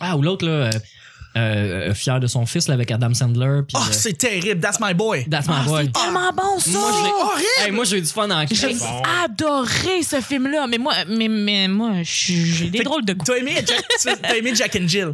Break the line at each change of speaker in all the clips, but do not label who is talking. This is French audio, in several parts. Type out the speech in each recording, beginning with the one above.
Ah, ou l'autre, là, euh, euh, fier de son fils, là, avec Adam Sandler. puis,
Oh,
euh,
c'est terrible. That's my boy.
That's my boy.
Tellement bon, ça!
Moi, je l'ai-
horrible!
Hey, moi, Ah, j'ai eu du fun en
J'ai
crise.
adoré ce film-là. Mais moi, mais, mais moi je suis- j'ai des
Fait-
drôles de goût.
T'as aimé, Jack- tu- t'as aimé Jack and Jill?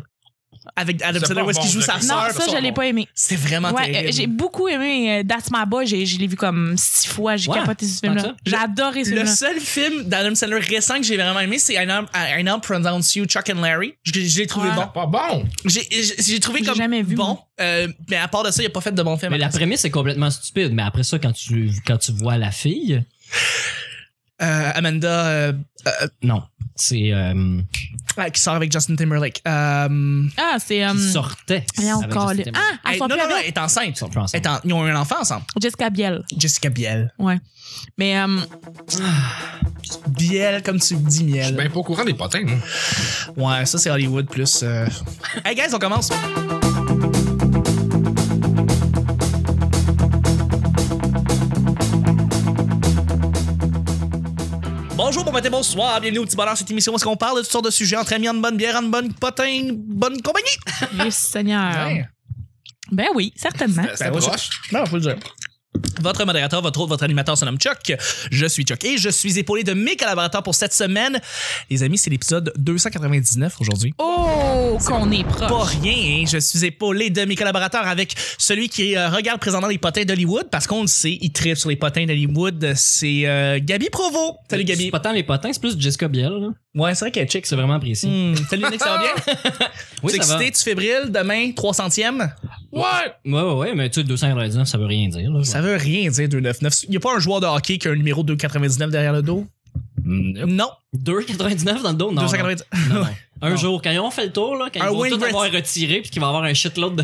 Avec Adam
C'est
Sandler,
pas
où est-ce qu'il
bon,
joue sa
Jack.
Non,
sœur?
ça, je l'ai pas aimé.
C'est vraiment
Ouais, euh, j'ai
terrible.
beaucoup aimé euh, That's My Boy. J'ai- Je l'ai vu comme six fois. J'ai
Ouais,
capoté ce
tant que
film-là.
ça.
J'ai adoré ce
le
film-là.
seul film d'Adam Sandler récent que j'ai vraiment aimé, c'est I Now, I Now Pronounce You, Chuck and Larry. Je, je l'ai trouvé
Ouais.
bon.
Pas bon.
J'ai- J'ai j'ai trouvé
Ah. J'ai
comme
jamais vu,
bon.
moi.
euh, mais à part de ça, il a pas fait de bon film.
Mais la prémisse est complètement stupide. Mais après ça, quand tu, quand tu vois la fille,
Euh, Amanda euh, euh,
non. C'est. euh,
euh, qui sort avec Justin Timberlake. Euh,
Ah, c'est. euh,
qui sortait.
voyons,
avec
encore
Justin Timberlake.
là. Ah, elle
elle-
sort
non,
plus
non,
avec
elle est enceinte.
Ils sont plus ensemble.
Elle est en- ils ont eu un enfant ensemble.
Jessica Biel.
Jessica Biel.
Ouais. Mais euh,
Biel, comme tu dis,
Je suis
miel.
bien pas au courant des potins, moi.
Ouais, ça, c'est Hollywood plus. euh. hey, guys, on commence. Bonjour, bon matin, bonsoir, bienvenue au petit bonheur, cette émission où est-ce qu'on parle de toutes sortes de sujets entre amis, en bonne bière, en bonne potin, bonne compagnie.
oui, Seigneur. Ben oui, certainement.
C'était
Ben, ouais,
proche.
Non, faut le dire. Votre modérateur, votre autre, votre animateur se nomme Chuck. Je suis Chuck et je suis épaulé de mes collaborateurs pour cette semaine. Les amis, c'est l'épisode 299 aujourd'hui.
Oh, qu'on est
Pas
proche.
rien, hein. je suis épaulé de mes collaborateurs avec celui qui euh, regarde présentement les potins d'Hollywood parce qu'on le sait, il tripe sur les potins d'Hollywood. C'est euh, Gabi Provo. Salut
C'est
Gabi.
pas tant les potins, c'est plus Jessica Biel. là.
Ouais, c'est vrai qu'elle
C'est vraiment précis.
Hmm. Salut Nick, ça va bien?
Oui,
tu es
ça va.
excité, tu fébrile, demain 300e?
Ouais!
Ouais, ouais, ouais, mais tu sais, 299, Hum. ça veut rien dire. Là,
Ça veut rien dire 299. Il n'y a pas un joueur de hockey qui a un numéro 299 derrière le dos? Non.
2,99 dans le dos, non.
299.
non. Non, non. Un
Non.
jour, quand ils ont fait le tour, là, quand
Un
ils vont
Wayne
tout
Gretzky.
avoir retiré puis qu'il va avoir un shitload de.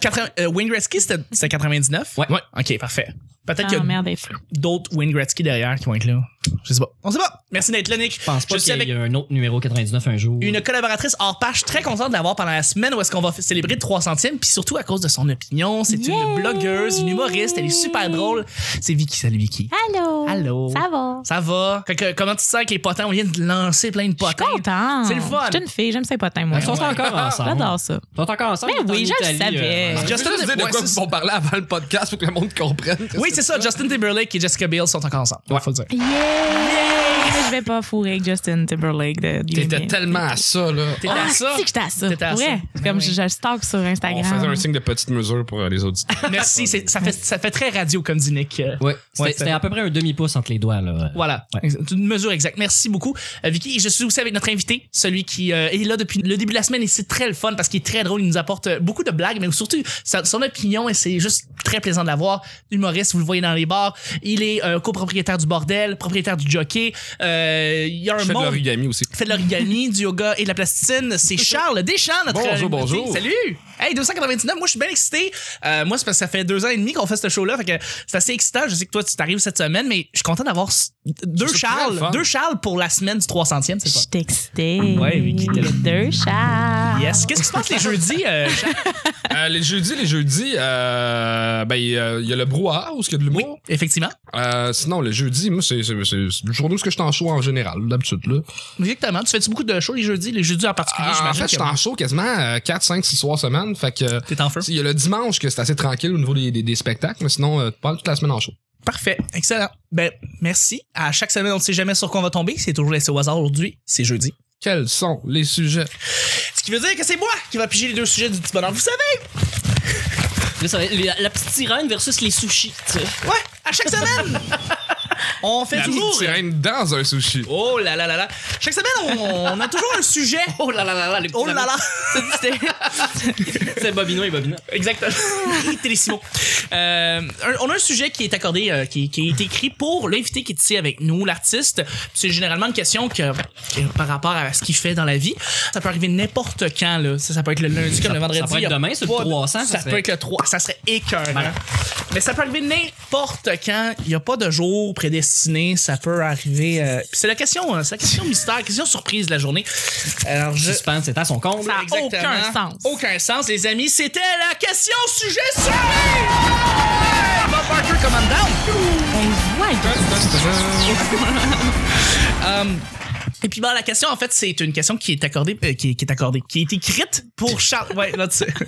80, euh, Wayne Gretzky, c'était c'était 99?
Ouais.
OK, parfait. Peut-être
Ah,
qu'il y a
merde, elle est floue.
d'autres Wayne Gretzky derrière qui vont être là. Je sais pas. On sait pas. Merci d'être là, Nick.
Je pense pas
Je suis
qu'il
avec
y a un autre numéro 99 un jour.
une collaboratrice hors page très contente de l'avoir pendant la semaine où est-ce qu'on va f- célébrer le 300e, puis surtout à cause de son opinion. C'est une
Yay!
blogueuse, une humoriste, elle est super drôle. C'est Vicky. Salut, Vicky.
Allô.
Allô.
Ça va?
Ça va? Que- que- comment tu te sens avec les potins? On vient de lancer plein de
Je suis
potins.
contente.
C'est le fun.
Je suis une fille, j'aime ça, potins, moi.
Ils sont encore ensemble.
J'adore ça.
Ils sont encore ensemble.
Mais
ils sont
oui,
en
je le
Italie,
savais.
euh,
Justin
Justin, juste dire de
ouais,
quoi
c'est
ils
ça.
vont parler avant le podcast pour que le monde comprenne.
Oui, c'est ça. Justin Timberlake et Jessica Biel sont encore ensemble. Ouais, faut le dire.
Yeah! Mais je vais pas fourrer avec Justin Timberlake de du
T'étais
Limit.
tellement à ça, là.
T'es
Ah,
à ça?
c'est que j'étais à ça.
T'étais à
Ouais.
ça.
Comme
Oui.
je, je le stalk sur Instagram.
On faisait un signe de petite mesure pour euh, les auditeurs.
Merci. c'est- Ça fait, ça fait très radio, comme dit Nick. Euh,
Ouais,
Ouais,
c'était-
c'est-
c'était à peu près un demi-pouce entre les doigts, là.
Voilà,
Ouais.
C'est une mesure exacte. Merci beaucoup, euh, Vicky. Et je suis aussi avec notre invité, celui qui euh, est là depuis le début de la semaine et c'est très le fun parce qu'il est très drôle. Il nous apporte euh, beaucoup de blagues, mais surtout sa- son opinion et c'est juste très plaisant de la voir. Humoriste, vous le voyez dans les bars. Il est euh, copropriétaire du bordel, propriétaire du jockey. Euh, il y a un
Je fais de
monde
l'origami aussi.
qui fait de l'origami, du yoga et de la plasticine. C'est Charles Deschamps, notre
Bonjour,
invité.
bonjour.
Salut! Hey, 299, moi je suis bien excité. Euh, moi, c'est parce que ça fait deux ans et demi qu'on fait ce show-là, fait que c'est assez excitant. Je sais que toi, tu t'arrives cette semaine, mais je suis content d'avoir s- deux
C'est très le
Charles,
fun.
deux Charles pour la semaine du 300e, c'est
Je
pas?
suis excitée.
Ouais, Vicky,
Il y a deux chats.
Yes. Qu'est-ce qui se passe les jeudis, euh, Charles?
Euh, les jeudis, les jeudis, euh, ben, il y a- il y a le brouhaha ou ce qu'il y a de l'humour.
Effectivement.
Euh, sinon, le jeudi, moi, c'est c'est- c'est- c'est le jour où ce que je suis en show en général, d'habitude, là.
Exactement. Tu fais-tu beaucoup de shows les jeudis, les jeudis en particulier,
Ah, en
j'imagine
fait, je suis
que-
en show quasiment euh, 4, 5, 6 soirs semaine. Fait que, euh,
T'es en feu.
il y a le dimanche que c'est assez tranquille au niveau des, des- des spectacles, mais sinon, euh, pas toute la semaine en show.
Parfait. Excellent. Ben, merci. À chaque semaine, on ne sait jamais sur quoi on va tomber. C'est toujours laissé au hasard aujourd'hui. C'est jeudi.
Quels sont les sujets?
Ce qui veut dire que c'est moi qui va piger les deux sujets du petit bonheur. Vous savez,
Là, ça va être les- la petite sirène versus les sushis, tu sais.
Ouais, à chaque semaine. on fait
La
toujours.
sirène dans un sushi.
Oh là là là là. Chaque semaine, on, on a toujours un sujet.
Oh là là là là, les petits
Oh là
amis.
là.
C'est Bobino et Bobino.
Exactement. Télésimo. Euh, un- on a un sujet qui est accordé, euh, qui, qui est écrit pour l'invité qui est ici avec nous, l'artiste. C'est généralement une question que, que par rapport à ce qu'il fait dans la vie. Ça peut arriver n'importe quand. Là. Ça, ça peut être le lundi comme le vendredi.
ça peut être
Il y a
demain, sur le
pas de-
300,
Ça,
ça
peut
serait-
être le 3. Ça serait écœurant.
Ouais.
Mais ça peut arriver n'importe quand. Il n'y a pas de jour prédestiné. Ça peut arriver. euh, puis c'est la question, hein, c'est la question mystère, question surprise de la journée. Alors, je,
Suspense, c'est à son comble.
Ça- a
Exactement.
aucun sens.
Aucun sens, les amis. C'était la question sujet sur Bob Barker, commandant.
Ben, ouais,
Tadam!
Um, Et puis, bon, la question, en fait, c'est une question qui est accordée, euh, qui, est- qui est accordée, qui est écrite pour Charles. Ouais, là, tu sais.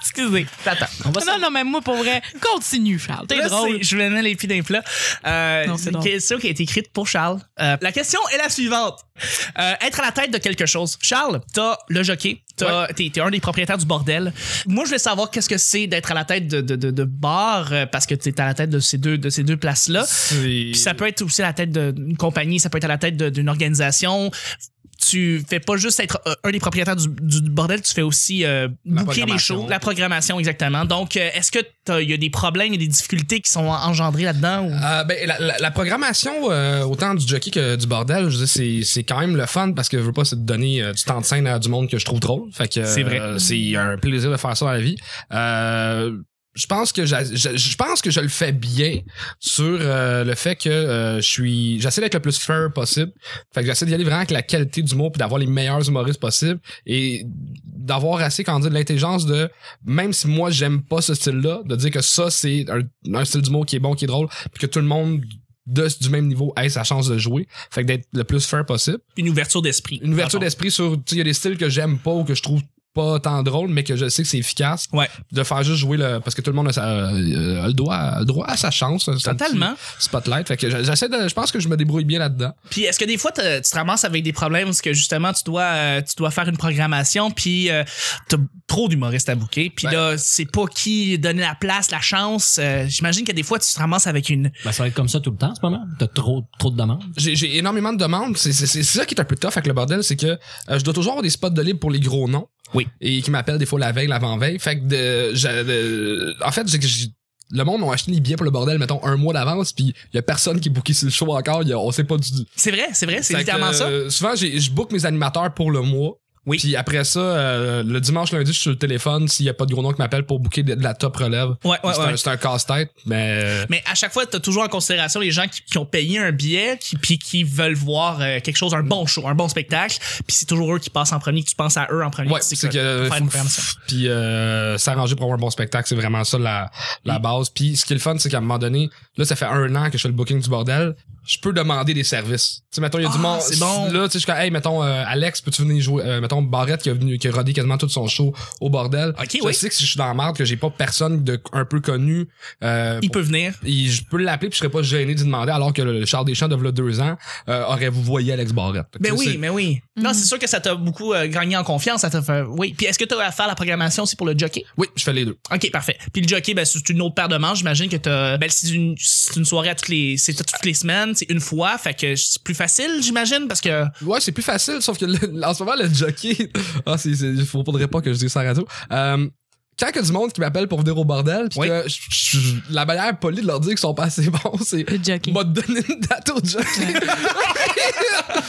Excusez, t'attends.
On va
Non, non, mais moi, pour vrai, continue, Charles. T'es
Là,
drôle.
c'est- Je vais mettre les pieds dans les plats. Euh,
Non, c'est
c'est une
drôle.
question qui a été écrite pour Charles. Euh, la question est la suivante. Euh, être à la tête de quelque chose. Charles, t'as le jockey. t'as- T'es t'es un des propriétaires du bordel. Moi, je veux savoir qu'est-ce que c'est d'être à la tête de, de, de, de bar euh, parce que t'es à la tête de ces deux, de ces deux places-là.
C'est-
Puis ça peut être aussi à la tête de- d'une compagnie, ça peut être à la tête de- d'une organisation. Tu fais pas juste être euh, un des propriétaires du, du bordel, tu fais aussi euh,
La
booker les
programmation.
shows, la programmation exactement. Donc, euh, est-ce que t'as- il y a des problèmes, il y a des difficultés qui sont engendrées là-dedans ou
Euh, ben, la, la- la programmation, euh, autant du jockey que du bordel, je veux dire, c'est, c'est quand même le fun parce que je veux pas c'est de donner euh, du temps de scène à du monde que je trouve drôle. Fait que, euh,
C'est vrai.
c'est un plaisir de faire ça dans la vie. Euh, je pense que j'a- je, je pense que je le fais bien sur euh, le fait que euh, je suis j'essaie d'être le plus fair possible. Fait que j'essaie d'y aller vraiment avec la qualité du mot puis d'avoir les meilleurs humoristes possibles et d'avoir assez quand dire de l'intelligence de même si moi j'aime pas ce style-là de dire que ça c'est un, un style d'humour qui est bon qui est drôle puis que tout le monde de, du même niveau ait sa chance de jouer. Fait que d'être le plus fair possible
une ouverture d'esprit?
une ouverture
dans le fond.
d'esprit sur tu sais, il y a des styles que j'aime pas ou que je trouve pas tant drôle mais que je sais que c'est efficace
Ouais.
de faire juste jouer le parce que tout le monde a, sa- euh, a le droit a le droit à sa chance hein, c'est un
Totalement.
petit spotlight fait que j'essaie de je pense que je me débrouille bien là-dedans
Puis est-ce que des fois t'as- tu te ramasses avec des problèmes parce que justement tu dois euh, tu dois faire une programmation puis euh, t'as trop d'humoristes à bouquer puis
Ben.
là c'est pas qui donner la place la chance Euh, j'imagine que des fois tu te ramasses avec une
Ben, ça va être comme ça tout le temps en ce moment. T'as trop, trop de demandes.
j'ai j'ai énormément de demandes c'est c'est- c'est ça qui est un peu tough avec le bordel c'est que euh, je dois toujours avoir des spots de libre pour les gros noms
Oui.
et qui m'appellent des fois la veille l'avant veille fait que de, j'a- de- en fait j'ai- j'ai- le monde ont acheté les billets pour le bordel mettons un mois d'avance puis il y a personne qui est booké sur le show encore il y a- on sait pas du,
c'est vrai c'est vrai c'est
Fait que,
littéralement ça
euh, souvent, j'ai- je book mes animateurs pour le mois.
Oui.
Puis après ça, euh, le dimanche, lundi, je suis sur le téléphone s'il n'y a pas de gros nom qui m'appelle pour booker de, de la top relève.
ouais ouais
c'est,
ouais
un, c'est un casse-tête, mais. euh,
Mais à chaque fois, t'as toujours en considération les gens qui, qui ont payé un billet, qui, puis qui veulent voir euh, quelque chose, un bon show, un bon spectacle. Puis c'est toujours eux qui passent en premier, que tu penses à eux en premier.
Ouais,
tu sais
c'est
que-
que. euh,
faire une programmation.
Puis euh, s'arranger pour avoir un bon spectacle, c'est vraiment ça la, la base. Puis ce qui est le fun, c'est qu'à un moment donné, là, ça fait un an que je fais le booking du bordel. Je peux demander des services. Tu sais, mettons, il y a du
Ah,
monde.
c'est bon.
Là, tu sais, je suis comme, hey, mettons, euh, Alex, peux-tu venir jouer, euh, mettons, Barrette qui a venu, qui a rodé quasiment tout son show au bordel.
Ok,
je
oui.
sais que si je suis dans la marde, que j'ai pas personne de un peu connu, euh,
Il peut venir.
il- je peux l'appeler puis je serais pas gêné d'y demander alors que le Charles Deschamps de v'là deux ans euh, aurait vous voyé Alex Barrette. Fait que,
Ben
tu sais,
oui,
c'est-
mais oui. Non,
Mhm.
c'est sûr que ça t'a beaucoup euh, gagné en confiance. Ça t'a fait, oui. Puis est-ce que t'as à faire la programmation aussi pour le jockey?
Oui, je fais les deux.
Ok, parfait. Puis le jockey, ben, c'est une autre paire de manches. J'imagine que t'as, ben, c'est une, c'est une soirée à toutes les, c'est toutes les semaines. C'est une fois. Fait que c'est plus facile, j'imagine, parce que,
Ouais, c'est plus facile, sauf que le- en ce moment, le jockey. Ah, c'est, c'est, il faudrait pas que je dise ça à la radio. Euh, quand il y a du monde qui m'appelle pour venir au bordel, pis
Oui.
que je- je- la manière polie de leur dire qu'ils sont pas assez bons, c'est.
Le jockey.
M'a donné une date au jockey.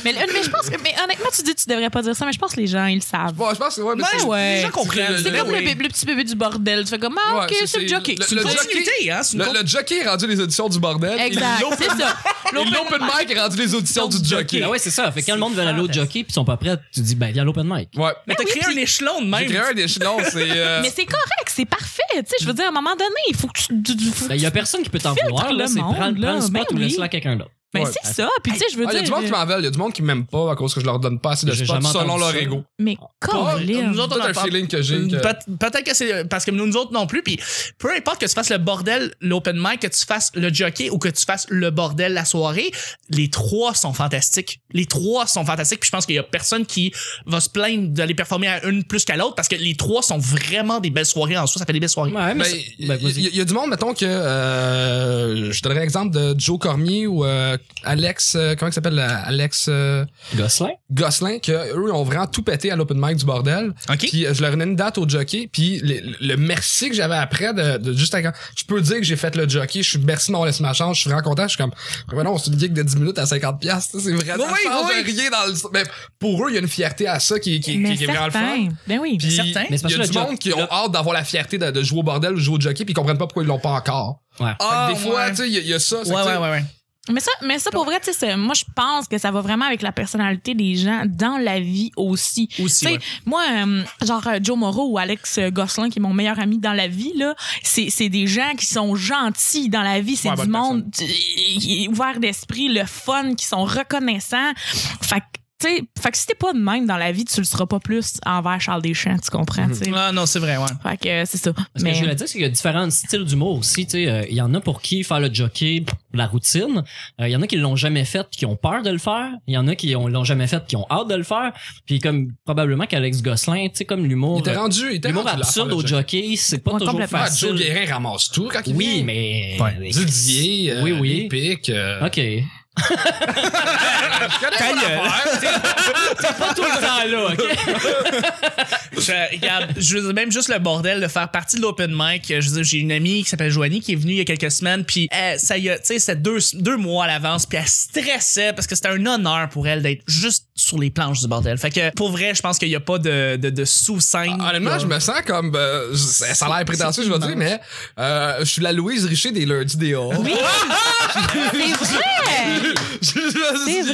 Mais, le- mais je pense que, mais honnêtement, tu dis que tu devrais pas dire ça, mais je pense que les gens, ils le savent.
Bon, je pense que ouais, mais
Ouais,
c'est-
ouais.
les gens comprennent.
C'est
Ben
comme le,
Oui.
bébé- le petit bébé du bordel. Tu fais comme, ah,
Ouais,
ok,
c'est-
c'est le
c'est-
jockey.
le-
C'est
le
une
jockey-
continuité, hein. C'est une
Le, le jockey est rendu les auditions du bordel. et
Exact,
l'open-
c'est ça.
Et l'open mic est rendu les auditions du jockey.
Ben ouais, c'est ça. Fait que quand le monde veut aller au
fantastique.
jockey puis ils sont pas prêts, tu dis, ben, viens à l'open mic.
Ouais.
mais t'as créé un échelon de
J'ai
même.
créé un échelon, c'est. euh,
Mais c'est correct, c'est parfait. Tu sais, je veux dire, à un moment donné, il faut que tu. tu- tu- faut
Ben,
que
il y a
tu-
personne qui peut t'en
Filtre
vouloir, là.
le
C'est
monde,
prendre,
là.
prendre le spot
Ben
ou
oui.
laisse-le à quelqu'un d'autre.
Mais
Ouais.
ben, c'est ça. Puis tu sais, je veux
Ah, il y a du
dire.
monde qui m'appelle, il y a du monde qui m'aime pas à cause que je leur donne pas assez de
J'ai
spots
jamais
selon
entendu
leur
ça.
ego.
Mais
Ouais, nous
Colin.
autres,
C'est
on en
un
parle.
feeling que j'ai. que-
Peut- Peut-être que c'est parce que nous, nous autres non plus. Puis peu importe que tu fasses le bordel, l'open mic, que tu fasses le jockey ou que tu fasses le bordel la soirée, les trois sont fantastiques. Les trois sont fantastiques. Puis je pense qu'il y a personne qui va se plaindre d'aller performer à une plus qu'à l'autre parce que les trois sont vraiment des belles soirées en soi. Ça fait des belles soirées.
Ouais, mais.
Ben,
c'est-
il
ben,
y,
vas-y.
il y a du monde, mettons que euh, je te donnerai l'exemple de Joe Cormier ou euh, Alex, euh, comment il s'appelle, euh, Alex euh,
Gosselin?
Gosselin, que eux ils ont vraiment tout pété à l'open mic du bordel.
OK?
Puis euh, je leur donnais une date au jockey, puis le, le merci que j'avais après de, de juste à quand je peux dire que j'ai fait le jockey, je suis merci non laisse ma chance, je suis vraiment content, je suis comme mais non, c'est une gig de 10 minutes à 50 pièces, c'est vraiment
Oui,
ça change
oui.
rien dans le mais pour eux, il y a une fierté à ça qui, qui, qui,
Mais
qui est vraiment le fun.
certain. Ben oui.
Puis,
Certain.
Mais c'est parce
il y a
que
du
le
monde
jock-
qui ont
le-
hâte d'avoir la fierté de, de jouer au bordel ou de jouer au jockey puis ils comprennent pas pourquoi ils l'ont pas encore.
Ouais.
Fait que des fois, tu sais, il y, a- il y a ça. Fait que,
ouais,
tu
ouais,
sais,
ouais, ouais.
Mais ça, mais ça pour vrai, tu sais, c'est- moi, je pense que ça va vraiment avec la personnalité des gens dans la vie aussi.
Aussi,
Tu sais,
ouais.
moi, euh, genre euh, Joe Moreau ou Alex euh, Gosselin, qui est mon meilleur ami dans la vie, là, c'est, c'est des gens qui sont gentils dans la vie. C'est
Ouais,
du
bonne
monde euh, ouvert d'esprit, le fun, qui sont reconnaissants. Fait que, tu sais, fait que si t'es pas de même dans la vie, tu le seras pas plus envers Charles Deschamps, tu comprends? tu sais.
Ah non, c'est vrai, ouais.
Fait que euh, c'est ça.
Parce que je voulais dire, c'est qu'il y a différents styles d'humour aussi. tu sais, euh, Il y en a pour qui faire le jockey, pff, la routine. Euh, Il y en a qui l'ont jamais fait puis qui ont peur de le faire. Il y en a qui ont- l'ont jamais fait qui ont hâte de le faire. Puis comme probablement qu'Alex Gosselin, tu sais, comme
Il
l'humour
était
euh,
rendu, il était
l'humour
rendu là à faire
absurde
le
au
jockey.
jockey, c'est pas
Ouais,
toujours
complètement.
Ah, Joe
facile.
Guérin ramasse tout quand il
Oui,
vient.
mais...
Didier, euh,
Oui, oui.
les pics, euh,
OK.
je connais
Ta
mon
gueule.
affaire.
Pas tout le temps là, OK?
Je, regarde, je veux dire, même juste le bordel de faire partie de l'open mic. euh, Je veux dire, j'ai une amie qui s'appelle Joanie qui est venue il y a quelques semaines, puis elle, ça y a, tu sais, c'était deux, deux mois à l'avance, puis elle stressait parce que c'était un honneur pour elle d'être juste sur les planches du bordel. Fait que pour vrai, je pense qu'il n'y a pas de, de, de sous-scène.
Ah, Honnêtement,
là.
je me sens comme. euh, ça ça a l'air prétentieux, je vais dire, mais euh, je suis la Louise Richer des lundis des hauts.
Oui! c'est vrai!
je, je- je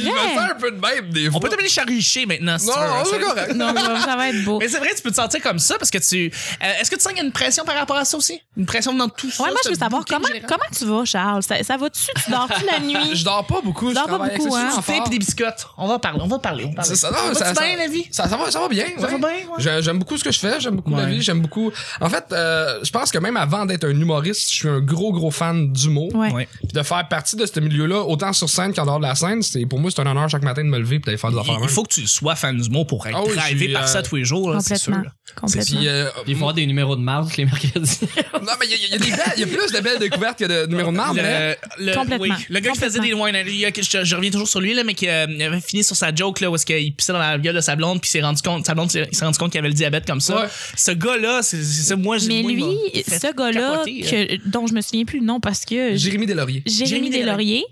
vrai.
me sens un peu de même des fois.
On peut t'appeler Chariché maintenant, si tu veux. hein,
Non,
Ça-
c'est correct.
Non, ça va être beau.
Mais c'est vrai, tu peux te sentir comme ça parce que tu. euh, Est-ce que tu sens qu'il y a une pression par rapport à ça aussi? Une pression dans tout ça?
Ouais, moi,
ce
je veux savoir
bouquet
comment,
géant?
comment tu vas, Charles? Ça, ça va-tu? Tu dors-tu la nuit?
Je dors pas beaucoup, je
Dors pas
travaille
beaucoup, hein.
excessivement
Du thé
fort.
pis des biscottes. On va parler, on va parler. On va parler.
C'est ça, non,
Va-tu
ça- ça-
bien, la vie?
Ça, ça va, ça va bien.
Ça
ouais.
va bien, ouais.
J'ai- J'aime beaucoup ce que je fais, j'aime beaucoup la
Ouais.
vie, j'aime beaucoup. En fait, euh, je pense que même avant d'être un humoriste, je suis un gros, gros fan d'humour.
Ouais.
Puis de faire partie de ce milieu-là, autant sur scène qu'en dehors de la scène, c'est pour moi, c'est un honneur chaque matin de me lever et d'aller faire des affaires.
Il, il faut que tu sois fan du mot pour être
Ah oui,
drivé
je suis,
par
euh,
ça tous les jours, là, c'est sûr.
Complètement.
même.
Complètement.
Puis, euh,
Il faut avoir des numéros de marge les mercredis.
Non, mais il y, a- il y a des belles- il y a plus de belles découvertes que de numéros de marbre. mais-
Le, Ah, le,
Complètement.
oui. le gars qui faisait des wine il y a- je, je reviens toujours sur lui là, mais qui euh, il avait fini sur sa joke là, où est-ce qu'il pissait dans la gueule de sa blonde puis il s'est rendu compte sa blonde s'est- il s'est rendu compte qu'il avait le diabète comme ça
Ouais.
ce gars là c'est c'est ça moi j'ai-
Mais
moi, il
lui,
m'a fait
ce gars-là,
capoter, euh,
que- dont je me souviens plus le nom parce que j-
Jérémy Delaurier.
Jérémy
Jérémy
Deslauriers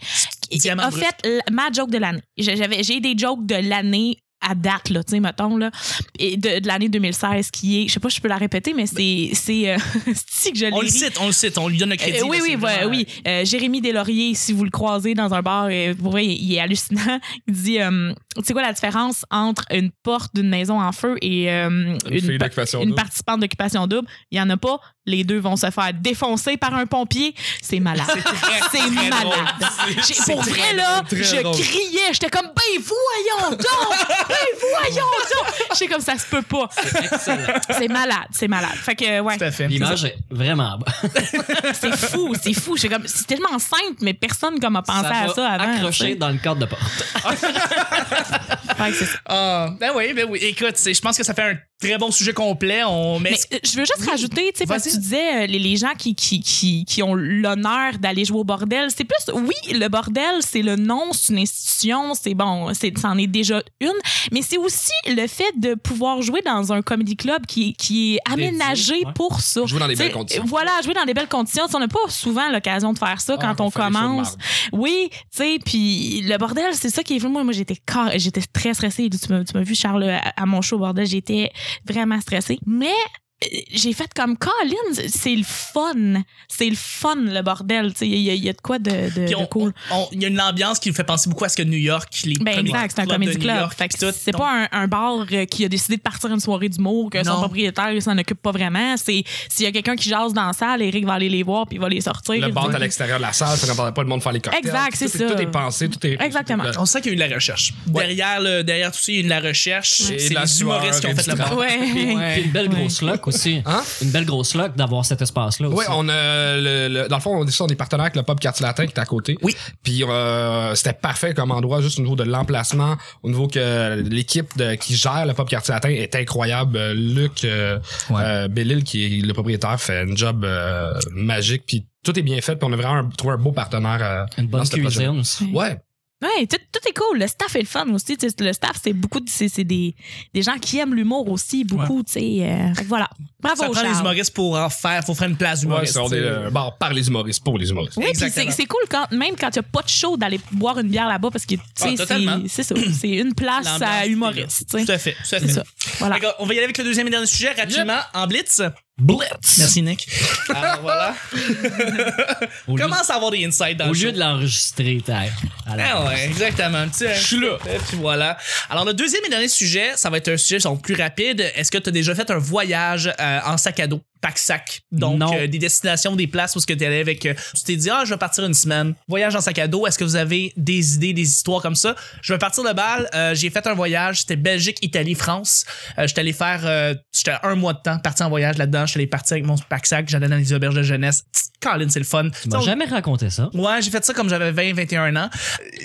qui
Diamant
a
brut.
fait l- ma joke de l'année. J'ai- j'avais- J'ai des jokes de l'année à date, là, tu sais, mettons, là, et de, de l'année 2016 qui est, je sais pas si je peux la répéter, mais c'est, c'est, euh, c'est-tu que je l'ai
on le
ri?
cite on le cite on lui donne le
Euh,
crédit
oui,
là,
oui,
c'est
ouais,
vraiment-
oui. Euh, Jérémy Deslauriers, si vous le croisez dans un bar, euh, pour vrai, il il est hallucinant. Il dit, euh, tu sais quoi la différence entre une porte d'une maison en feu et euh, une, pa-
d'occupation
une participante d'occupation double? Il y en a pas. Les deux vont se faire défoncer par un pompier. C'est malade. C'est malade. J'ai- Pour
c'est
vrai,
très
là,
drôle, très
je
drôle.
criais. J'étais comme, ben voyons donc! Ben voyons donc! J'étais comme, ça se peut pas. C'est malade, c'est malade. Fait que, ouais.
tout à fait
L'image est vraiment bonne.
C'est fou, c'est fou. J'ai comme- C'est tellement simple, mais personne comme a pensé à
va
ça avant.
Accroché
tu
dans le cadre de porte.
sais. Fait que c'est ça.
Ah, ben oui, ben oui. Écoute, c'est- je pense que ça fait un très bon sujet complet. On met.
Mais euh, je veux juste rajouter, tu sais, parce que
Vas-y.
tu disais, euh, les, les gens qui, qui, qui, qui ont l'honneur d'aller jouer au bordel, c'est plus, oui, le bordel, c'est le nom, c'est une institution, c'est bon, c'est- c'en est déjà une, mais c'est aussi le fait de pouvoir jouer dans un comedy club qui, qui est
Dédié,
aménagé
ouais.
pour ça.
Jouer dans des
Tu sais,
belles conditions.
Voilà, jouer dans des belles conditions. Tu sais, On n'a pas souvent l'occasion de faire
Ah,
ça quand on commence. Oui, tu sais, puis le bordel, c'est ça qui est venu. Moi, moi j'étais car- j'étais très stressée. Tu m'as, tu m'as vu, Charles, euh, à, à mon show au bordel, j'étais vraiment stressée. Mais euh, j'ai fait comme Colin, c'est le fun. C'est le fun, le bordel. Tu sais, il y, a- il y a de quoi de, de-
Puis
de
on-
euh, cool.
on- Il y a une ambiance qui me fait penser beaucoup à ce que New York, les
Ben
comedy
exact, c'est un
clubs
comédie
de New
club.
York,
Fait que
puis tout.
c'est
Donc,
pas un, un bar euh, qui a décidé de partir une soirée d'humour, que son
Non.
propriétaire il s'en occupe pas vraiment. C'est s'il y a quelqu'un qui jase dans la salle, Eric va aller les voir puis il va les sortir.
Le
Il
bar
dit-
à l'extérieur de la salle, ça n'entendait pas le monde faire les cocktails.
Exact,
Tout
c'est
est-
ça.
Tout est pensé, tout est.
Exactement.
tout est-
On sent qu'il y a eu de la recherche.
Ouais.
Derrière, le, derrière tout ça, il y a eu de la recherche.
Et
C'est
de la
les humoristes qui
sueur
ont
et
fait
du
la
travail.
part.
Ouais.
Puis une belle
Ouais.
grosse loc aussi.
Hein?
Une belle grosse loc d'avoir cet espace-là aussi.
Oui, on a le- le- dans le fond, on est, on est partenaire avec le pub Quartier Latin qui est à côté.
Oui.
Puis euh, c'était parfait comme endroit, juste au niveau de l'emplacement, au niveau que l'équipe de- qui gère le pub Quartier Latin est incroyable. Euh, Luc euh,
Ouais.
euh, Bellil, qui est le propriétaire, fait un job euh, magique. Puis tout est bien fait. Puis on a vraiment un- trouvé un beau partenaire. euh,
Une bonne
dans ce projet.
cuisine aussi.
Ouais.
Oui, tout, tout est cool. Le staff est le fun aussi. Tu sais, Le staff, c'est beaucoup de- c'est c'est des, des gens qui aiment l'humour aussi, beaucoup. tu sais, euh, fait que voilà.
Ça
Bravo,
prend les
Charles.
humoristes pour en faire. Faut faire une place
Ouais,
d'humoriste.
c'est- on
tu
est
sais.
euh, un bar par les humoristes, pour les humoristes.
Oui, puis c'est
Exactement.
c'est cool quand même quand il n'y a pas de show d'aller boire une bière là-bas parce que tu sais,
Ah, totalement.
c'est- c'est ça. C'est une place
L'ambiance,
à
c'est-
humoriste. tu sais.
Tout à fait. Tout à
C'est
fait.
ça. Voilà.
D'accord, on va y aller avec le deuxième et dernier sujet rapidement en blitz.
Blitz!
Merci, Nick. Alors voilà.
Au lieu,
Commence à avoir des insights dans
au
le
lieu
show.
de l'enregistrer, t'as.
Ah ouais, exactement. Tu sais,
suis là.
Et puis voilà. Alors, le deuxième et dernier sujet, ça va être un sujet disons, plus rapide. Est-ce que tu as déjà fait un voyage euh, en sac à dos, pack-sac? Donc,
Non.
euh, des destinations, des places où ce que tu allais avec. euh, tu t'es dit, ah, je vais partir une semaine. Voyage en sac à dos, est-ce que vous avez des idées, des histoires comme ça? Je vais partir de Bâle. euh, J'ai fait un voyage, c'était Belgique, Italie, France. Euh, j'étais allé faire. euh, j'étais un mois de temps parti en voyage là-dedans. J'étais allé partir avec mon pack-sac, j'allais dans les auberges de jeunesse. Colin, c'est le fun.
Tu m'as
Tu sais, on-
jamais raconté ça. Ah,
Ouais, j'ai fait ça comme j'avais 20, 21 ans.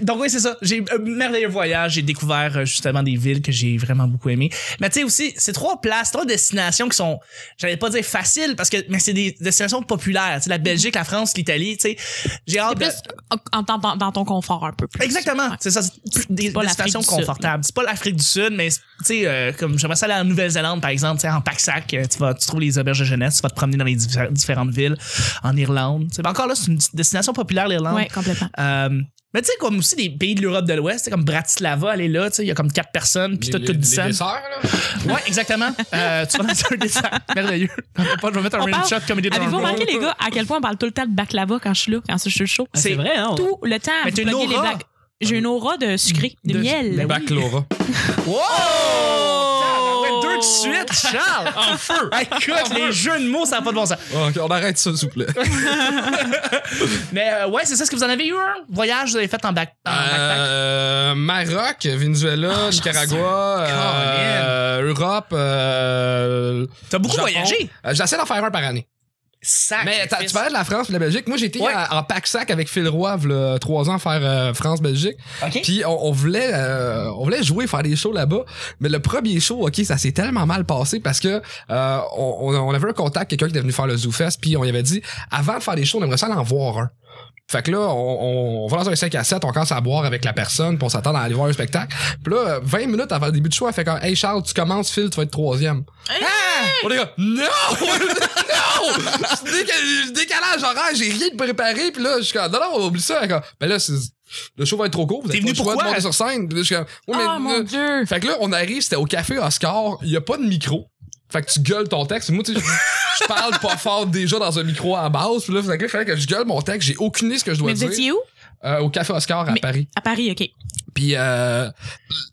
Donc oui, c'est ça. J'ai un merveilleux voyage. J'ai découvert euh, justement des villes que j'ai vraiment beaucoup aimées. Mais tu sais aussi, c'est trois places, trois destinations qui sont, j'allais pas dire faciles, parce que, mais c'est des destinations populaires. Tu sais, la Belgique, la France, l'Italie, tu sais. J'ai hâte de-
Plus en, en- en- dans ton confort un peu. plus.
Exactement,
Ouais.
c'est ça, c'est plus des,
pas
des
l'Afrique
stations
du Sud,
confortables. C'est pas l'Afrique du Sud, mais tu sais, euh, comme j'aimerais ça aller en Nouvelle-Zélande, par exemple, tu sais, en pack-sac, euh, tu, vas, tu trouves les auberges de jeunesse, tu vas te promener dans les diffé- différentes villes, en Irlande. Tu sais, encore là, c'est une destination populaire, l'Irlande.
Ouais, complètement.
Euh, mais tu sais, comme aussi des pays de l'Europe de l'Ouest, tu sais, comme Bratislava, elle est là, tu sais, il y a comme quatre personnes, puis
Les-
tout,
les-
tout
les
dit ça.
desserts, là.
Ouais, exactement. Euh, tu vas dans un dessert. Merveilleux. Je vais mettre un
On
rain
parle-
shot comme il est dans
Avez-vous
le
remarqué,
rôle.
les gars, à quel point on parle tout le temps de baklava quand je suis là, quand je suis chaud?
Ah, C'est
C'est
vrai, hein? on-
Tout le temps.
Mais
vous
t'as une
pluguez les
aura.
blagues. J'ai une aura de sucré, de,
De-
miel.
Ben
Bac Laura.
Wow! Tabarouette, deux de suite, Charles! En feu! Oh! Écoute, les jeux de mots, ça n'a pas de bon sens.
Oh, ok, on arrête ça, s'il vous plaît.
Mais euh, ouais, c'est ça, ce que vous en avez eu un voyage, vous avez fait en, bac en backpack.
Euh,
Ah,
Maroc, Venezuela, Nicaragua, euh, Europe. euh,
T'as beaucoup
Japon.
voyagé?
Euh, J'essaie d'en faire un par année.
Sac!
Mais t'as- tu parlais de la France et de la Belgique. Moi, j'étais
Ouais.
en pack-sac avec Phil Roy, v'là trois ans, faire euh, France-Belgique.
Ok.
Puis on, on voulait, euh, on voulait jouer, faire des shows là-bas. Mais le premier show, ok, ça s'est tellement mal passé parce que euh, on, on- on avait un contact, quelqu'un qui était venu faire le ZooFest, puis on lui avait dit, avant de faire des shows, on aimerait ça aller en voir un. Fait que là, on, on, on va dans un 5 à 7, on commence à boire avec la personne, puis on s'attend à aller voir un spectacle. Puis là, euh, 20 minutes avant le début du show, elle fait comme Hey Charles, tu commences, Phil, tu vas être troisième. Ah! On est comme Non! non! C'est déca- le décalage horaire, j'ai rien de préparé, puis là, je suis comme Non, non, on oublie ça. Elle est comme, Ben là, c'est- le show va être trop court, vous
T'es
avez pas
venu
le choix de
pourquoi?
monter sur scène. Puis là, je suis comme, Ouais, mais
Oh mon
euh,
là-
Dieu!
fait que là, on arrive, c'était au café Oscar, il y a pas de micro. Fait que tu gueules ton texte. Moi, tu sais, je- je parle pas fort déjà dans un micro à base. Puis là, fait que là, il fallait que je gueule mon texte. J'ai aucune idée ce que je dois
Mais vous
dire.
étiez où?
Euh, au café Oscar à
Mais-
Paris.
À Paris, OK.
Puis euh,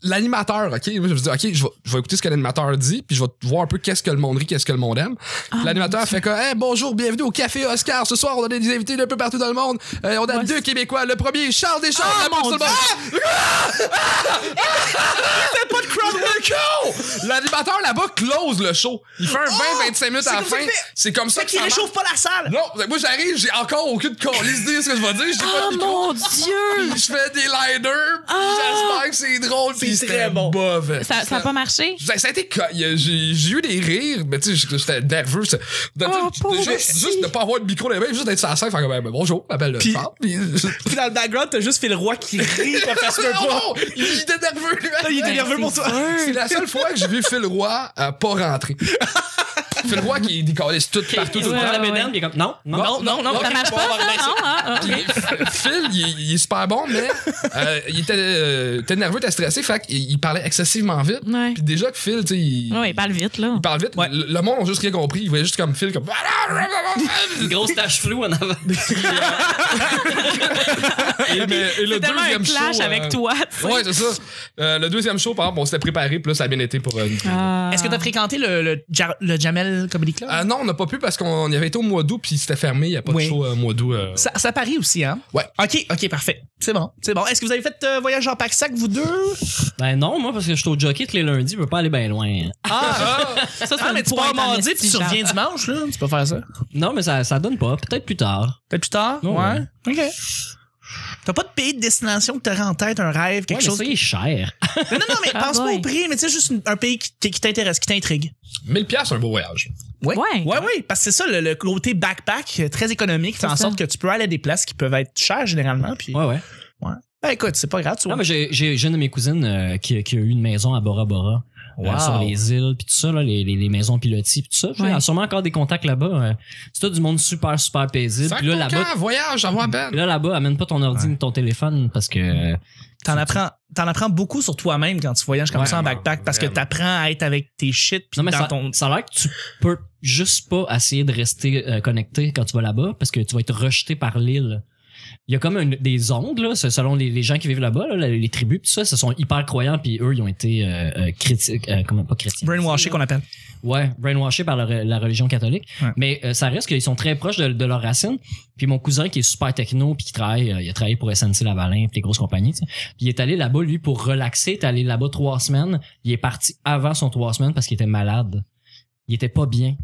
l'animateur, OK, moi, je me dis OK, je vais, je vais écouter ce que l'animateur dit, puis je vais voir un peu qu'est-ce que le monde rit, qu'est-ce que le monde aime. Puis l'animateur fait comme hey, bonjour, bienvenue au café Oscar. Ce soir, on a des invités d'un peu partout dans le monde. Euh, on a deux Québécois. Le premier, Charles Deschamps,
Ah,
la
mon
personne- Ah!
Dieu.
pas de crowd control! L'animateur là-bas close le show. Il fait un 20-25 minutes à la
comme ça
fin.
qu'il fait.
C'est comme ça
Fait
que
qu'il
ça marche.
réchauffe pas la salle!
Non, fait que moi j'arrive, j'ai encore aucune colise d'idée de ce que je vais dire. J'ai pas
Oh
de micro.
mon Dieu!
Je fais des liners. puis J'espère que c'est drôle. puis
C'est
c'était
très bon.
mauvais.
Ça n'a pas marché?
Ça, ça a été. co- il y a- J'ai j'ai eu des rires, mais tu sais, j'étais nerveux. ça- de-
Oh,
tu-
pauvre
juste,
petit.
juste de pas avoir de micro dans les mains, juste d'être sur la scène, faire comme, ben, bonjour, je m'appelle Charles. Puis-
Puis dans le background, t'as juste fait le roi qui rit quand t'as fait
Non,
un pas.
non, il était nerveux, lui.
Il est nerveux pour toi.
C'est la seule fois que j'ai vu Phil Roy euh, pas rentrer. Phil Roy qui décalisse tout partout.
Il
tout
se
le
prend
temps.
la
ouais,
bédaine, puis
ouais.
il est comme, non, non,
Non, non, non.
Ça marche pas, ça, non? Ah, ah, ok.
Phil, il, il est super bon, mais euh, il était, euh, était nerveux, était stressé, fait qu'il il parlait excessivement vite.
Ouais.
Puis déjà que Phil, tu sais, il,
Ouais, il parle vite, là.
il parle vite.
Ouais.
Le, le monde a juste rien compris. Il voyait juste comme Phil, comme.
une grosse tache floue en avant.
Et, mais- et le
C'est tellement un
deuxième
clash
show, euh,
avec toi. tu sais.
Ouais, c'est ça. Euh, le deuxième show, par exemple, on s'était préparé, puis là, ça a bien été pour euh, Nicolas.
Ah.
Est-ce que t'as fréquenté le, le, Jar- le Jamel Comedy Club?
Euh, non, on n'a pas pu parce qu'on y avait été au mois d'août, puis c'était fermé. Il n'y a pas
Oui.
de show euh, au mois d'août. euh,
Ça, ça parie aussi, hein?
Ouais.
OK, OK, parfait. C'est bon, c'est bon. Est-ce que vous avez fait euh, voyage en pack-sac, vous deux?
ben non, moi, parce que je suis au jockey tous les lundis, je peux pas aller bien loin.
Ah,
Ça, c'est
ah,
une
mais tu
pointe
pars
en
mardi puis tu
esti, genre.
reviens dimanche, là. Tu peux faire ça.
Non, mais ça, ça donne pas. Peut-être plus tard.
Peut-être plus tard?
Oh,
ouais. OK. T'as pas de pays de destination que t'aurais en tête, un rêve, quelque
Ouais, mais
chose?
ça il est cher.
Non, non, non, mais
Ah
pense pas
boy.
au prix, mais tu sais, juste une- un pays qui t- qui t'intéresse, qui t'intrigue.
1000 pièces un beau voyage.
Oui.
Ouais.
Ouais, ouais, parce que c'est ça, le, le côté backpack, euh, très économique, fait en
ça.
sorte que tu peux aller à des places qui peuvent être chères généralement. Puis,
Ouais, ouais.
Ben écoute, c'est pas grave, tu
Non,
vois.
mais j'ai j'ai- j'ai une de mes cousines euh, qui, qui a eu une maison à Bora Bora. euh,
Wow.
sur les îles, puis tout ça, là, les, les, les maisons pilotis, puis tout ça. J'ai
Ouais.
sûrement encore des contacts là-bas. euh. C'est tout du monde super, super paisible.
Sac
Puis là,
ton
là-bas,
camp, voyage, avant peine.
puis là, là-bas, amène pas ton ordi ni ton téléphone parce que. euh,
T'en apprends, t'en apprends beaucoup sur toi-même quand tu voyages comme ça en
Vraiment,
backpack parce que
vraiment.
t'apprends à être avec tes shit puis
Non, mais
dans
ça,
ton.
ça a l'air que tu peux juste pas essayer de rester euh, connecté quand tu vas là-bas parce que tu vas être rejeté par l'île. Il y a comme une- des ondes, là, c'est selon les, les gens qui vivent là-bas, là, les, les tribus, pis tout ça, ce sont hyper croyants, puis eux, ils ont été euh, euh, critiques, euh, comment pas chrétiens.
Brainwashé qu'on appelle.
Ouais, brainwashés par la, re- la religion catholique.
Ouais.
Mais euh, ça reste qu'ils sont très proches de, de leurs racines. Puis mon cousin qui est super techno, puis qui travaille, euh, il a travaillé pour SNC Lavalin, puis les grosses compagnies. tu sais. Puis il est allé là-bas lui pour relaxer. Il est allé là-bas trois semaines. Il est parti avant son trois semaines parce qu'il était malade. Il était pas bien.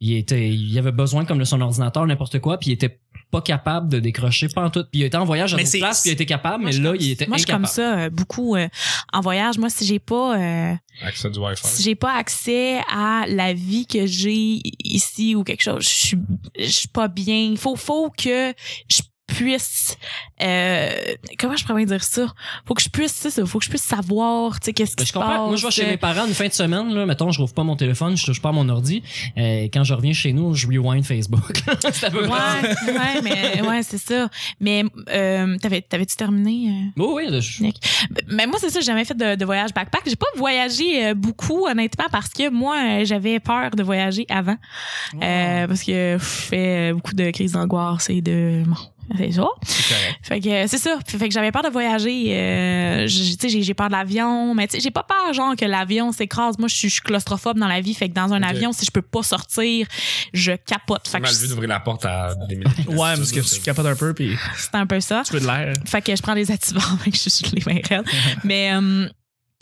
Il était, il avait besoin comme de son ordinateur n'importe quoi. Puis il était pas capable de décrocher pas en tout. Puis il était en voyage à
Mais
d'autres
c'est-
places, puis il était capable, mais là il était
Moi, je suis
incapable.
comme ça, euh, beaucoup euh, en voyage. Moi, si j'ai pas, euh,
Accès du
si
Wi-Fi.
j'ai pas accès à la vie que j'ai ici ou quelque chose, je suis, je suis pas bien. Il faut, faut que je puisse, euh, comment je pourrais bien dire ça? Faut que je puisse, c'est ça, faut que je puisse savoir, tu sais, qu'est-ce
Ben,
qui
je
se
comprends.
passe.
Moi, je vais chez mes parents une fin de semaine, là. Mettons, je rouvre pas mon téléphone, je touche pas à mon ordi. Euh, quand je reviens chez nous, je rewind Facebook. c'est à peu près. ça.
Ouais, ouais, mais, ouais, c'est ça. Mais, euh, t'avais, t'avais-tu terminé? euh?
Oui, Oh oui, là, je-
Mais moi, c'est ça, j'ai jamais fait de, de voyage backpack. J'ai pas voyagé euh, beaucoup, honnêtement, parce que moi, euh, j'avais peur de voyager avant. Euh, parce que pff, je fais euh, beaucoup de crises d'angoisse et de. Bon, c'est ça.
C'est correct.
Fait que euh, c'est ça. Fait que j'avais peur de voyager. Euh, j- tu sais, j'ai j'ai peur de l'avion, mais tu sais, j'ai pas peur genre que l'avion s'écrase. Moi, je suis je suis claustrophobe dans la vie. Fait que dans un
Ok.
avion, si je peux pas sortir, je capote. Fait
C'est
que
mal vu
je-
d'ouvrir la porte à des
Euh, Ouais, parce que tu capotes un peu puis
c'est un peu ça.
tu veux de l'air.
Fait que je prends des activants, fait que je suis les mains raides. Mais euh,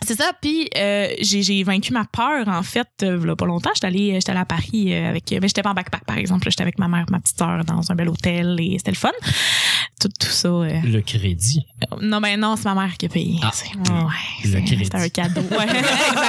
c'est ça. Puis euh, j'ai j'ai vaincu ma peur, en fait, euh, v'là pas longtemps. J'étais allée, j'étais allée à Paris euh, avec. Mais j'étais pas en backpack, par exemple. là. J'étais avec ma mère, ma petite sœur dans un bel hôtel et c'était le fun. Tout, tout ça. euh,
le crédit.
Ah,
Non, mais non, c'est ma mère qui a payé.
Ah.
C'est- ouais,
Le
c'est-
crédit.
C'était un cadeau. Ouais,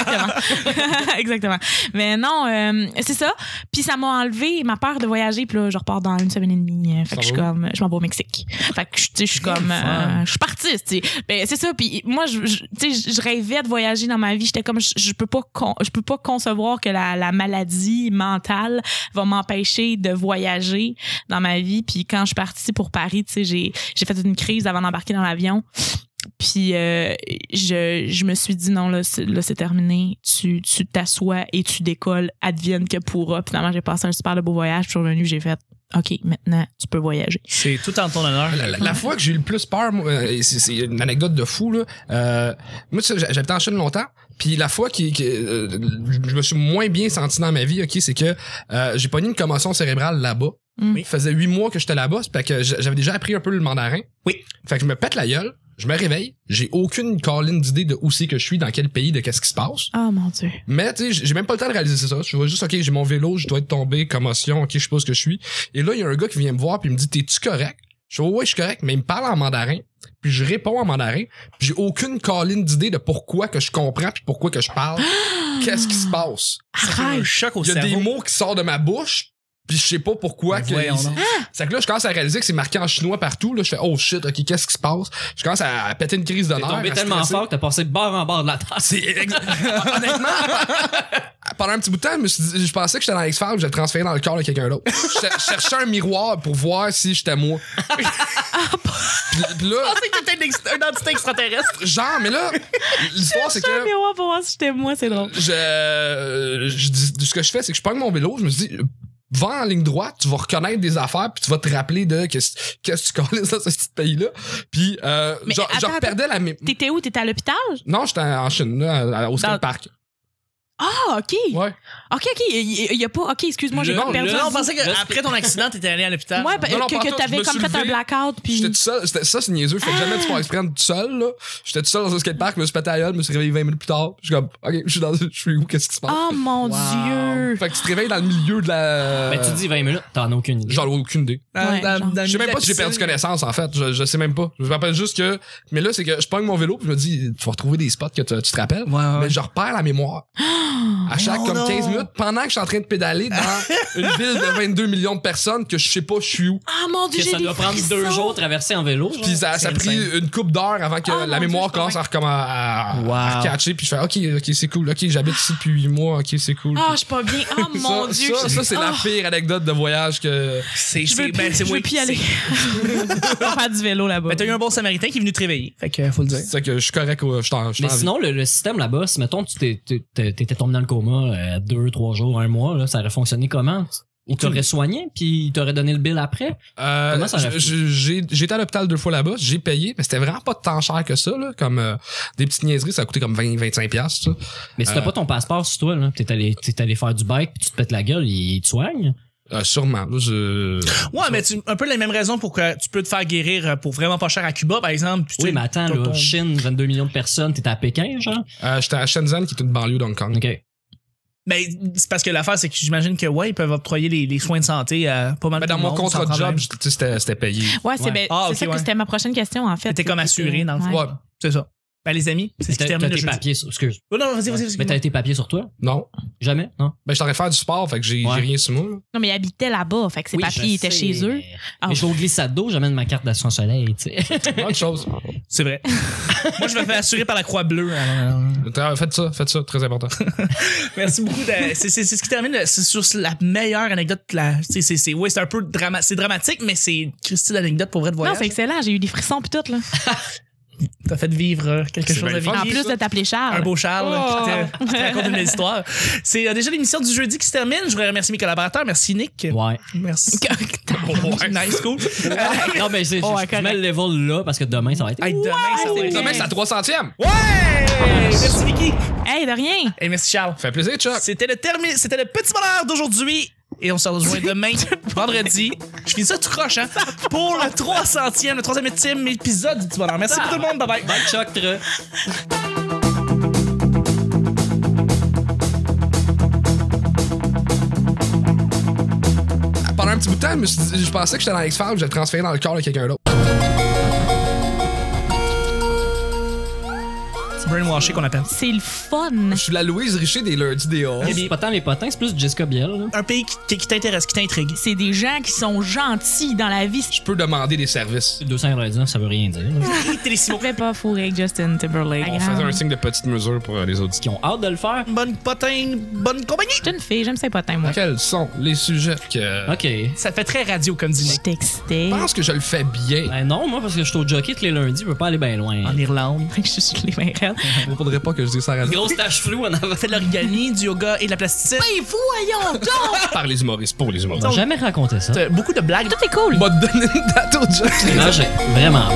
exactement. exactement. Mais non, euh, c'est ça. Puis ça m'a enlevé ma peur de voyager. Puis là, je repars dans une semaine et demie. Euh, Fait
Ça
que je suis
va
comme, je m'en vais au Mexique. Fait que je tu sais, je suis comme, euh, je suis partie. tu sais. Ben, c'est ça. Puis moi, je, je- tu sais, je rêvais de voyager dans ma vie. J'étais comme, je, je peux pas, con- je peux pas concevoir que la, la maladie mentale va m'empêcher de voyager dans ma vie. Puis quand je suis partie pour Paris, tu sais, j'ai j'ai fait une crise avant d'embarquer dans l'avion. Puis euh, je, je me suis dit non là c'est, là, c'est terminé tu tu t'assois et tu décolles advienne que pourra Puis finalement j'ai passé un super beau voyage puis je suis revenue j'ai fait ok maintenant tu peux voyager
C'est tout en ton honneur.
La, Oh la- la fois que j'ai eu le plus peur, moi, euh, c'est c'est une anecdote de fou, là. Euh, moi, tu sais, j'ha- j'habitais en Chine longtemps, puis la fois qui, qui, euh, je me suis moins bien senti dans ma vie, OK, c'est que euh, j'ai pogné une commotion cérébrale là-bas.
Mm.
Il faisait huit mois que j'étais là-bas, c'est fait que j'a- j'avais déjà appris un peu le mandarin.
Oui.
Fait que je me pète la gueule, je me réveille, j'ai aucune colline d'idée de où c'est que je suis, dans quel pays, de qu'est-ce qui se passe.
oh mon dieu
Mais tu sais, j'ai même pas le temps de réaliser ça. Je vois juste, ok, j'ai mon vélo, je dois être tombé, commotion, ok, je sais pas ce que je suis. Et là, il y a un gars qui vient me voir puis il me dit, t'es-tu correct? Je dis, ouais, je suis correct, mais il me parle en mandarin. Puis je réponds en mandarin. Puis j'ai aucune colline d'idée de pourquoi que je comprends puis pourquoi que je parle. Qu'est-ce qui se passe?
un
arrête
choc au
Il y a des
cerveau.
mots qui sortent de ma bouche. Puis je sais pas pourquoi.
Mais
que-
voyons donc.
C'est que là, je commence à réaliser que c'est marqué en chinois partout. Là, je fais, oh shit, ok, qu'est-ce qui se passe? Je commence à, à péter une crise de
T'es
nerfs,
tombé
à
tellement
stresser.
fort que t'as passé barre en barre de la tasse.
C'est ex- honnêtement pendant un petit bout de temps, je, me suis dit- je pensais que j'étais dans X-Files, puis j'étais transféré dans le corps de quelqu'un d'autre. Je cher- cherchais un miroir pour voir si j'étais moi. Puis- puis là,
C'est que t'as une ex- une entité extraterrestre.
genre, mais là, l'histoire c'est que
mais ouais pour moi si j'étais moi c'est drôle
je, je dis- ce que je fais, c'est que je prends mon vélo, je me dis, va en ligne droite, tu vas reconnaître des affaires, puis tu vas te rappeler de qu'est-ce qu'est-ce que tu connais dans ce petit pays-là. Puis, euh,
Mais
genre, je
attends,
reperdais la mé-
t'étais où t'étais à l'hôpital
Non, j'étais en Chine, là, à- au
Dans-
skatepark.
ah ok
Ouais.
ok ok il y, il y a pas ok excuse-moi j'ai
Le-
comme perdu
le-
Non,
un
on pensait qu'après ton accident, t'étais allé à l'hôpital.
bout. ouais ben,
non,
que,
pas
que
tout, je
t'avais
me
comme
suis
fait un
levé,
blackout puis
J'étais tout seul, c'était- ça c'est niaiseux, je fais jamais du sport exprès tout seul là. J'étais tout seul dans un skatepark, je me suis pété à la gueule, je me suis réveillé 20 minutes plus tard. Je suis comme OK, je suis dans je suis où qu'est-ce qui se passe
oh mon dieu
Fait que tu te réveilles dans le milieu de la
Ben, tu dis 20 minutes, t'en as aucune idée.
genre aucune idée.
Ouais, genre.
Je sais même pas si j'ai perdu connaissance en fait, je, je sais même pas. Je me rappelle juste que mais là c'est que je pogne mon vélo, puis je me dis tu vas retrouver des spots que tu, tu te rappelles.
Ouais, ouais.
Mais je repère la mémoire. à chaque comme 15 minutes pendant que je suis en train de pédaler dans une ville de 22 millions de personnes que je sais pas je suis où.
Ah mon dieu,
que
j'ai
ça
des
doit prendre
frissons.
deux jours de traverser en vélo. genre.
Puis ça, ça
C'est
a pris
insane.
une coupe d'heures avant que
Ah,
la
mon Dieu,
mémoire
je
commence à, recomm- à, à-
Wow.
à catcher. Puis je fais, OK, OK, c'est cool. OK, j'habite ici depuis 8 mois. OK, c'est cool.
Ah, je suis pas bien. Ah
Puis
mon
ça,
dieu.
ça, ça, c'est la
Ah,
pire anecdote de voyage que.
C'est,
Je veux
c'est,
plus,
ben, c'est
je
moi
veux plus y
qui-
aller. On va faire du vélo là-bas.
Ben, t'as eu un bon samaritain qui est venu te réveiller. Fait que, faut le dire.
C'est ça que je suis correct. au- Je t'en je
Mais
t'en
sinon, le, le système là-bas, si mettons, tu t'es- t'es- t'es- t'étais tombé dans le coma euh, deux, trois jours, un mois, là, ça aurait fonctionné comment? Ils t'auraient soigné, puis ils t'auraient donné le bill après.
Euh,
Comment ça
je-
l'a
je- j'ai j'ai été à l'hôpital deux fois là-bas, j'ai payé, mais c'était vraiment pas tant cher que ça, là, comme euh, des petites niaiseries, ça a coûté comme 20-25$. piastres, ça.
Mais si t'as
Euh.
pas ton passeport sur toi, là, t'es allé, t'es allé faire du bike, puis tu te pètes la gueule, ils te soignent.
Euh, sûrement. là, je-
Ouais, mais tu, un peu les mêmes raisons pour que tu peux te faire guérir euh, pour vraiment pas cher à Cuba, par exemple. Puis tu
Oui,
sais,
mais attends,
ton-
là,
ton-
Chine, 22 millions de personnes, t'es à Pékin, genre?
Euh, J'étais à Shenzhen, qui est une banlieue d'Hong Kong.
OK.
Ben, c'est parce que l'affaire, c'est que j'imagine que, ouais, ils peuvent octroyer les, les soins de santé à pas mal
Mais
de
dans mon
monde, sans
contrat de
problème.
job, je- tu sais, c'était c'était payé.
Ouais, c'est
Ouais.
ben,
Ah,
c'est
ok,
ça que
ouais.
c'était ma prochaine question en fait.
T'étais comme assuré, dans le fond.
Ouais.
Ouais, c'est ça. Ben, les amis, c'est ce qui
T'as t'as
termine le
tes
jeu.
papiers, sur- excuse.
Oh, non, vas-y, vas-y,
Mais
vas-y.
t'as tes papiers sur toi?
Non.
Jamais? Non?
Ben, je t'aurais fait du sport, fait que j'ai
Ouais.
j'ai rien sur moi. là.
Non, mais il habitait là-bas, fait que ses
Oui,
papiers
je
étaient
sais,
chez eux.
Mais,
Ah,
mais je vais au glissade d'eau, j'amène ma carte d'assurance soleil, tu sais.
Autre chose.
C'est vrai. Moi, je me fais assurer par la Croix-Bleue. alors, euh,
T'as- Faites ça, faites ça, très important.
Merci beaucoup. de- c'est, c'est, c'est ce qui termine. le- C'est sur la meilleure anecdote. de La, c'est, c'est, c'est, ouais, c'est un peu drama, c'est dramatique, mais c'est Christy l'anecdote pour vrai de
Non,
voyage.
c'est excellent, j'ai eu des frissons pis tout là.
T'as fait vivre euh, quelque
C'est
chose
bien
à
le fun.
vivre.
En plus de t'appeler
Un
Charles.
beau Charles euh, qui, te, qui te raconte une belle histoire. C'est euh, déjà l'émission du jeudi qui se termine. Je voudrais remercier mes collaborateurs. Merci Nick.
Ouais.
Merci.
Ouais.
nice, cool. Euh,
Non, mais c'est-
Oh,
je, je
correct.
mets le level là parce que demain, ça va être.
hey, demain, ça va être-
Demain, c'est la 300e.
Ouais! Merci Vicky.
Hey, de rien.
Et merci Charles.
Fait plaisir, Chuck.
C'était le termi- c'était le petit bonheur d'aujourd'hui. Et on se rejoint demain, vendredi. Je finis ça tout croche, hein? Pour le 300e, le 3 e épisode du petit bonheur. Merci pour tout le monde. Bye bye.
Bye, Chuck, tre.
Pendant un petit bout de temps, je, me suis dit- je pensais que j'étais dans X-Files, j'ai transféré dans le corps de quelqu'un d'autre.
C'est brainwashé qu'on appelle.
C'est le fun.
Je suis la Louise Richer des lundis des Halls.
C'est pas tant les potins, c'est plus Jessica Biel. là.
Un pays qui t- qui t'intéresse, qui t'intrigue.
C'est des gens qui sont gentils dans la vie.
Je peux demander des services.
299, ça veut rien dire. là.
Je
Télésimo.
pouvais pas fourrer avec Justin Timberlake.
On faisait un signe de petite mesure pour euh, les auditeurs.
Qui ont hâte de le faire.
Bonne potin, bonne compagnie.
J'étais une fille, j'aime ça potin, moi.
Quels sont les sujets que.
OK.
Ça fait très radio comme dîner.
J'étais excitée.
Je pense que je le fais bien.
Ben non, moi, parce que je suis au jockey tous les lundis, je veux pas aller bien loin.
En Irlande.
Fait que je suis les mains raides.
Il faudrait pas que je dise ça à la radio.
Grosse tache floue en avant.
Fait de l'origami, du yoga et de la plasticine.
Mais voyons donc!
Par les humoristes, pour les humoristes.
On m'a jamais raconté ça.
Beaucoup de blagues.
Tout est cool.
M'a donné une date au job.
Là, j'ai vraiment.